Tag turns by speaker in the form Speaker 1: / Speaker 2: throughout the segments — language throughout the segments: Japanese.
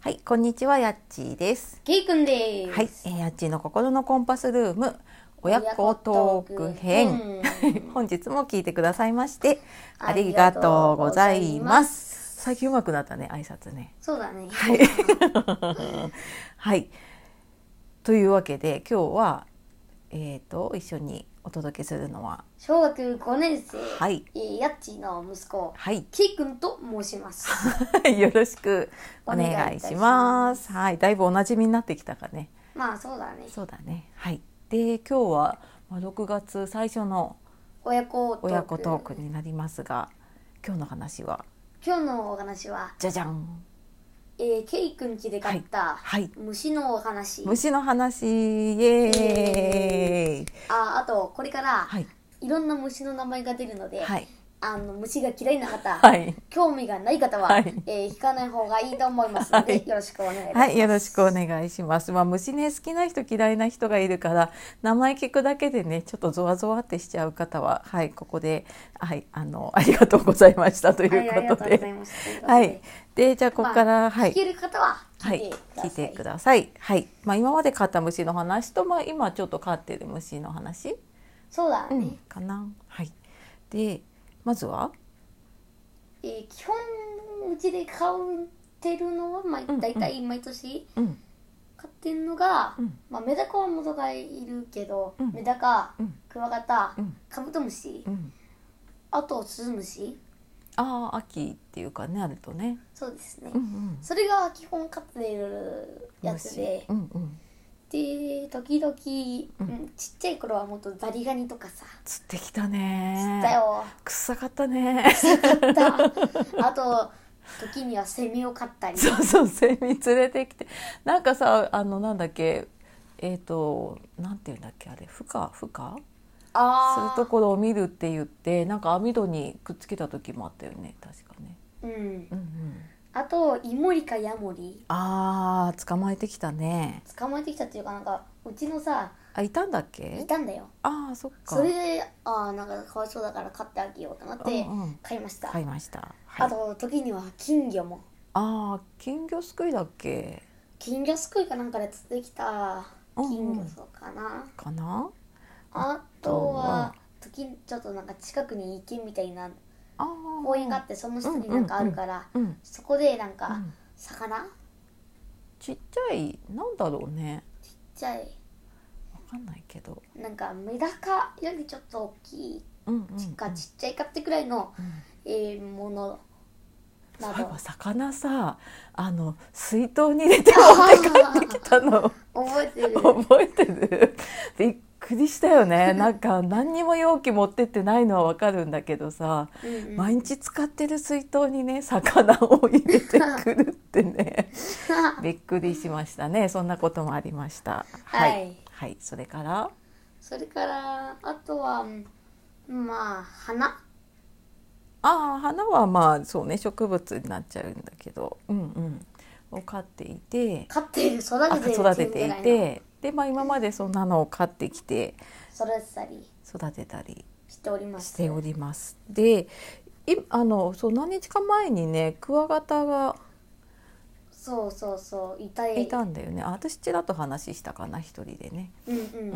Speaker 1: はい、こんにちは、やっちーです。
Speaker 2: ケイくんです。
Speaker 1: はい、えー、やっちーの心のコンパスルーム親子トーク編。 本日も聞いてくださいましてありがとうございます。最近うまくなったね、挨拶ね。
Speaker 2: そうだね。
Speaker 1: はい。はい。というわけで、今日はえっ、と一緒にお届けするのは
Speaker 2: 小学五年生、
Speaker 1: はい
Speaker 2: えー、やっちーの息子、
Speaker 1: はい、
Speaker 2: ケイくんと申します。
Speaker 1: よろしくお願いしま。
Speaker 2: お願いいたします
Speaker 1: はい、だいぶお馴染みになってきたかね。
Speaker 2: まあそうだね。
Speaker 1: そうだね。はい。で今日はまあ6月最初の
Speaker 2: 親子トーク。
Speaker 1: 親子トークになりますが、今日の話は
Speaker 2: 今日のお話は、
Speaker 1: じゃじゃん。
Speaker 2: えー、ケイくん家で買った、
Speaker 1: はい。
Speaker 2: 虫のお話。
Speaker 1: 虫の話イエーイ。
Speaker 2: ああとこれから、
Speaker 1: はい
Speaker 2: い、ろんな虫の名前が出るので、
Speaker 1: はい
Speaker 2: あの虫が嫌いな方、
Speaker 1: はい
Speaker 2: 興味がない方は、
Speaker 1: はい
Speaker 2: えー、引かない方がいいと思いますので、
Speaker 1: はい
Speaker 2: よろしくお願いいたします。
Speaker 1: はいよろしくお願いします。まあ虫ね好きな人嫌いな人がいるから名前聞くだけでねちょっとゾワゾワってしちゃう方ははいここではいあのありがとうございましたとい
Speaker 2: はい、あり
Speaker 1: うこ
Speaker 2: が
Speaker 1: とと
Speaker 2: うござい
Speaker 1: で。
Speaker 2: ましたということで。
Speaker 1: はい。でじゃあここから、
Speaker 2: まあ
Speaker 1: はい
Speaker 2: 聞。ける方は
Speaker 1: は
Speaker 2: 聞
Speaker 1: い
Speaker 2: いてく、ださ
Speaker 1: 聞
Speaker 2: い。
Speaker 1: いてください。はい、まあ、今まで飼った虫の話と、まあ、今ちょっと飼ってる虫の話。
Speaker 2: そうだ
Speaker 1: う
Speaker 2: ね。
Speaker 1: ん、かな。はい。で、まずは。
Speaker 2: えー基本うちで買ってるのは、まあ、
Speaker 1: んうん
Speaker 2: 大体毎年
Speaker 1: うん、
Speaker 2: 買ってるのが、
Speaker 1: うん
Speaker 2: まあ、メダカは元がいるけど、
Speaker 1: うん
Speaker 2: メダカ、
Speaker 1: うん
Speaker 2: クワガタ、
Speaker 1: うん
Speaker 2: カブトムシ、
Speaker 1: うん。
Speaker 2: あとスズムシ。
Speaker 1: ああ、秋っていうかね、あるとね。
Speaker 2: そうですね。
Speaker 1: うん、うん。
Speaker 2: それが基本飼ってるやつで
Speaker 1: 虫、うん、うん。
Speaker 2: で時々、うんちっちゃい頃はもっとザリガニとかさ、
Speaker 1: 釣ってきたね。
Speaker 2: だ。よ。
Speaker 1: 臭かったね。
Speaker 2: だ あと時にはセミを飼ったり。
Speaker 1: そうそう、セミ連れてきて。なんかさ、あの、なんだっけ。えっ、と、なんていうんだっけ、あれ、孵化、孵化。する
Speaker 2: あ
Speaker 1: ところを見るって言って、なんか網戸にくっつけた時もあったよね、確かね。
Speaker 2: あ、うん
Speaker 1: う。んうん、
Speaker 2: あとイモリかヤモリ
Speaker 1: あー捕まえてきたね
Speaker 2: 捕まえてきたっていうかなんかうちのさ
Speaker 1: あいたんだっ
Speaker 2: い
Speaker 1: け
Speaker 2: たんだよ。
Speaker 1: ああそっか
Speaker 2: それでああなんかかわいそうだから買ってあげようと思って
Speaker 1: うんうん
Speaker 2: 買いました。
Speaker 1: 買いました、はい、
Speaker 2: あと時には金魚も
Speaker 1: あー金魚すくいだっけ
Speaker 2: 金魚すくいかなんかで釣ってきた金魚そうかな。
Speaker 1: かな
Speaker 2: あとは時にちょっとなんか近くに池みたいな
Speaker 1: あー
Speaker 2: 公園があってその下になんかあるから、
Speaker 1: うん
Speaker 2: そこでなん
Speaker 1: う
Speaker 2: か
Speaker 1: ん
Speaker 2: 魚
Speaker 1: ちっちゃいなんだろうね
Speaker 2: じゃ
Speaker 1: わかんないけど
Speaker 2: あなんかメダカよりちょっと大きい
Speaker 1: うんうん、うん、
Speaker 2: かちっちゃいかってくらいの、えーもの
Speaker 1: そういえ
Speaker 2: など
Speaker 1: ば魚さあの水筒に入れて持って帰ってきた の
Speaker 2: 覚えてる
Speaker 1: 覚えてるびっくりしたよねなんか何にも容器持ってってないのはわかるんだけどさ
Speaker 2: うんうん
Speaker 1: 毎日使ってる水筒にね魚を入れてくるって ねびっくりしましたねそんなこともありましたはい、は
Speaker 2: はいい
Speaker 1: それから
Speaker 2: それからあとはうんまあ花
Speaker 1: ああ花はまあそうね植物になっちゃうんだけどうんうんを飼っていて
Speaker 2: 飼っている育
Speaker 1: あ
Speaker 2: ててる
Speaker 1: 育ててい
Speaker 2: 自分でないの
Speaker 1: てで、まあ、今までそんなのを飼ってきて
Speaker 2: 育てたり
Speaker 1: 育てたり
Speaker 2: しております
Speaker 1: しております。でいあのそう何日か前にねクワガタが
Speaker 2: そうそうそういたい
Speaker 1: いたんだよねあ私ちらっと話したかな一人でね。
Speaker 2: うん
Speaker 1: う
Speaker 2: うん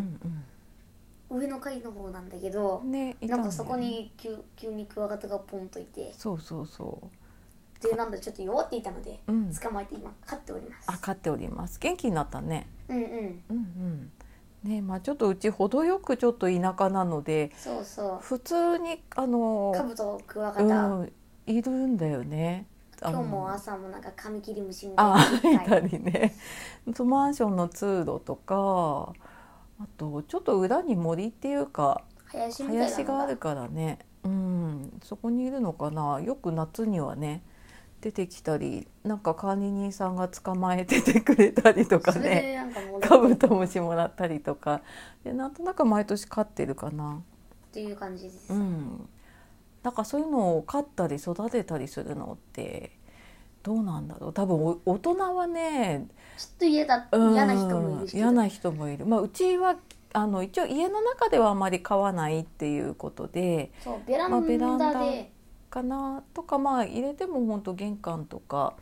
Speaker 1: うん
Speaker 2: ん、上の階の方なんだけど
Speaker 1: ね、いただよね
Speaker 2: なんかそこに急急にクワガタがポンといて
Speaker 1: そうそうそ
Speaker 2: でなんだちょっと弱っていたので
Speaker 1: う、うん、
Speaker 2: 捕まえて今飼っております
Speaker 1: あ飼っております元気になったね
Speaker 2: うんうん
Speaker 1: うんうんねまあちょっとうち程よくちょっと田舎なので
Speaker 2: そうそ
Speaker 1: 普通にあ
Speaker 2: うカ
Speaker 1: の
Speaker 2: ブとクワガタ、
Speaker 1: うんいるんだよねあ
Speaker 2: 今
Speaker 1: の
Speaker 2: 日も朝もなんかカミキリムシみたいな
Speaker 1: あ
Speaker 2: の
Speaker 1: い
Speaker 2: がい
Speaker 1: たりねそうマンションの通路とかあとちょっと裏に森っていうか
Speaker 2: 林みたいな
Speaker 1: 林
Speaker 2: の
Speaker 1: が
Speaker 2: が
Speaker 1: あるからねうんそこにいるのかなよく夏にはね出てきたりなんか管理人さんが捕まえててくれたりとか
Speaker 2: それ
Speaker 1: ね
Speaker 2: でなんかもう
Speaker 1: カブトムシもらったりとかでなんとなく毎年飼ってるかな
Speaker 2: っていう感じです、
Speaker 1: うんなんかそういうのを飼ったり育てたりするのってどうなんだろう多分お大人はね
Speaker 2: ちょっと嫌だ
Speaker 1: うん
Speaker 2: 嫌な人もいるし
Speaker 1: 嫌な人もいるまあうちはあの一応家の中ではあまり飼わないっていうことで
Speaker 2: そうベラ
Speaker 1: まあベラ
Speaker 2: ン
Speaker 1: ンダ
Speaker 2: ダで
Speaker 1: かなとかまあ入れても本当玄関とか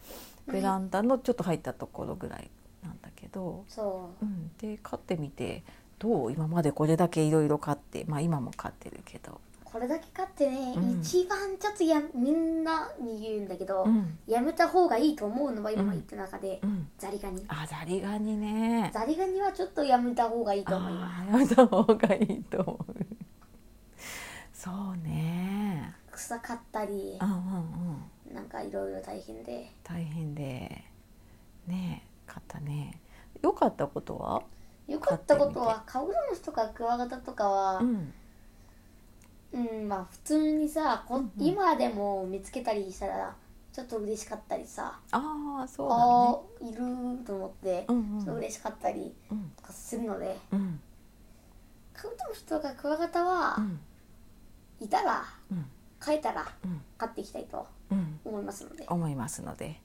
Speaker 1: ベランダのちょっと入ったところぐらいなんだけど、
Speaker 2: そ
Speaker 1: うん、で飼ってみてどう今までこれだけいろいろ飼ってまあ今も飼ってるけど、
Speaker 2: うこれだけ飼ってね、
Speaker 1: うん
Speaker 2: 一番ちょっとやみんなに言うんだけど、
Speaker 1: うん
Speaker 2: やめた方がいいと思うのは今言った中で、
Speaker 1: うん、
Speaker 2: ザリガニ
Speaker 1: あザリガニね
Speaker 2: ザリガニはちょっとやめた方がいいと思います
Speaker 1: あーやめた方がいいと思うそうね
Speaker 2: 草刈ったり
Speaker 1: うんうんうん
Speaker 2: なんかいろいろ大変で
Speaker 1: 大変でねえ飼ったね良かったことは
Speaker 2: よかったことはカブラムシとかクワガタとかは
Speaker 1: う、ん
Speaker 2: うんまあ普通にさこ、
Speaker 1: うんうん
Speaker 2: 今でも見つけたりしたらちょっと嬉しかったりさ、
Speaker 1: ああそうだね
Speaker 2: ああいると思って、
Speaker 1: う
Speaker 2: ち
Speaker 1: ん
Speaker 2: ょっと
Speaker 1: うん
Speaker 2: 嬉しかったり
Speaker 1: うん
Speaker 2: とかするので
Speaker 1: うん
Speaker 2: カブトムシとかクワガタは
Speaker 1: う、ん
Speaker 2: いたら
Speaker 1: うん
Speaker 2: 飼えたら
Speaker 1: うん
Speaker 2: 飼っていきたいと
Speaker 1: うん
Speaker 2: 思いますので
Speaker 1: 思いますので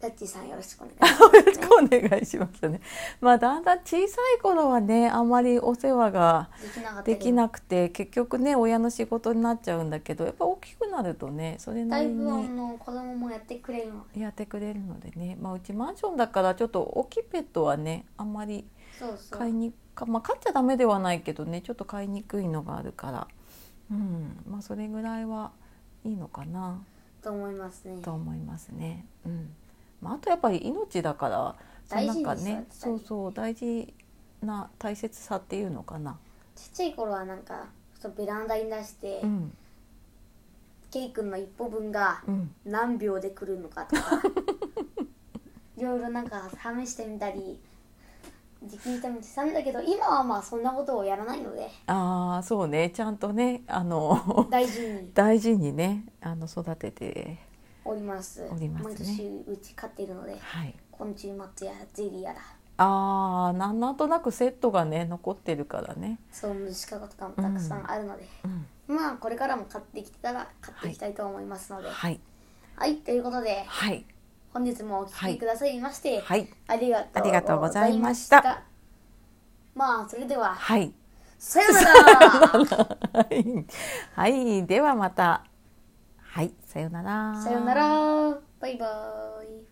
Speaker 2: ダッチーさんよろしくお願いし ます、ね、
Speaker 1: よろしくお願いしますね。まあだんだん小さい頃はねあまりお世話が
Speaker 2: できなかったけ
Speaker 1: で
Speaker 2: ど
Speaker 1: きなくて結局ね親の仕事になっちゃうんだけどやっぱ大きくなるとねそれな
Speaker 2: だい
Speaker 1: り
Speaker 2: ぶあ
Speaker 1: に
Speaker 2: の子供もやってくれるの
Speaker 1: やってくれるのでね、まあ、うちマンションだからちょっと大きいペットはねあんまり
Speaker 2: そうそう
Speaker 1: 買いにか、まあ、買っちゃダメではないけどねちょっと買いにくいのがあるから、うんまあ、それぐらいはいいのかな
Speaker 2: と思いますね
Speaker 1: と思いますね。うんまあ、あとやっぱり命だからそのなんかね
Speaker 2: 大事に育てたい
Speaker 1: そうそう大事な大切さっていうのかな。
Speaker 2: ちっちゃい頃はなんかちょっとベランダに出して、
Speaker 1: うん
Speaker 2: ケイ君の一歩分が
Speaker 1: うん
Speaker 2: 何秒で来るのかとか いろいろなんか試してみたり時期痛みしたんだけど今はまあそんなことをやらないので
Speaker 1: ああそうねちゃんとねあの
Speaker 2: 大事に
Speaker 1: 大事にねあの育てて
Speaker 2: おります
Speaker 1: おりますね
Speaker 2: 毎年うち飼っているので
Speaker 1: はい。
Speaker 2: 昆虫マットやゼリーやら
Speaker 1: ああなんなんとなくセットがね残ってるからね。
Speaker 2: そういう虫かごとかもたくさんあるので、
Speaker 1: うん、
Speaker 2: まあこれからも買ってきたら買っていきたいと思いますのではい、
Speaker 1: はい
Speaker 2: ということで
Speaker 1: はい
Speaker 2: 本日もお聞きくださいまして、
Speaker 1: はい
Speaker 2: ありが
Speaker 1: ありがと
Speaker 2: と
Speaker 1: う
Speaker 2: う
Speaker 1: ご
Speaker 2: ご
Speaker 1: ざ
Speaker 2: ざ
Speaker 1: い
Speaker 2: い
Speaker 1: ま
Speaker 2: ま
Speaker 1: し
Speaker 2: したたまあそれでは
Speaker 1: はい。
Speaker 2: さようなら
Speaker 1: はい、はい、ではまた。はい、さようなら。
Speaker 2: さよならバイバイ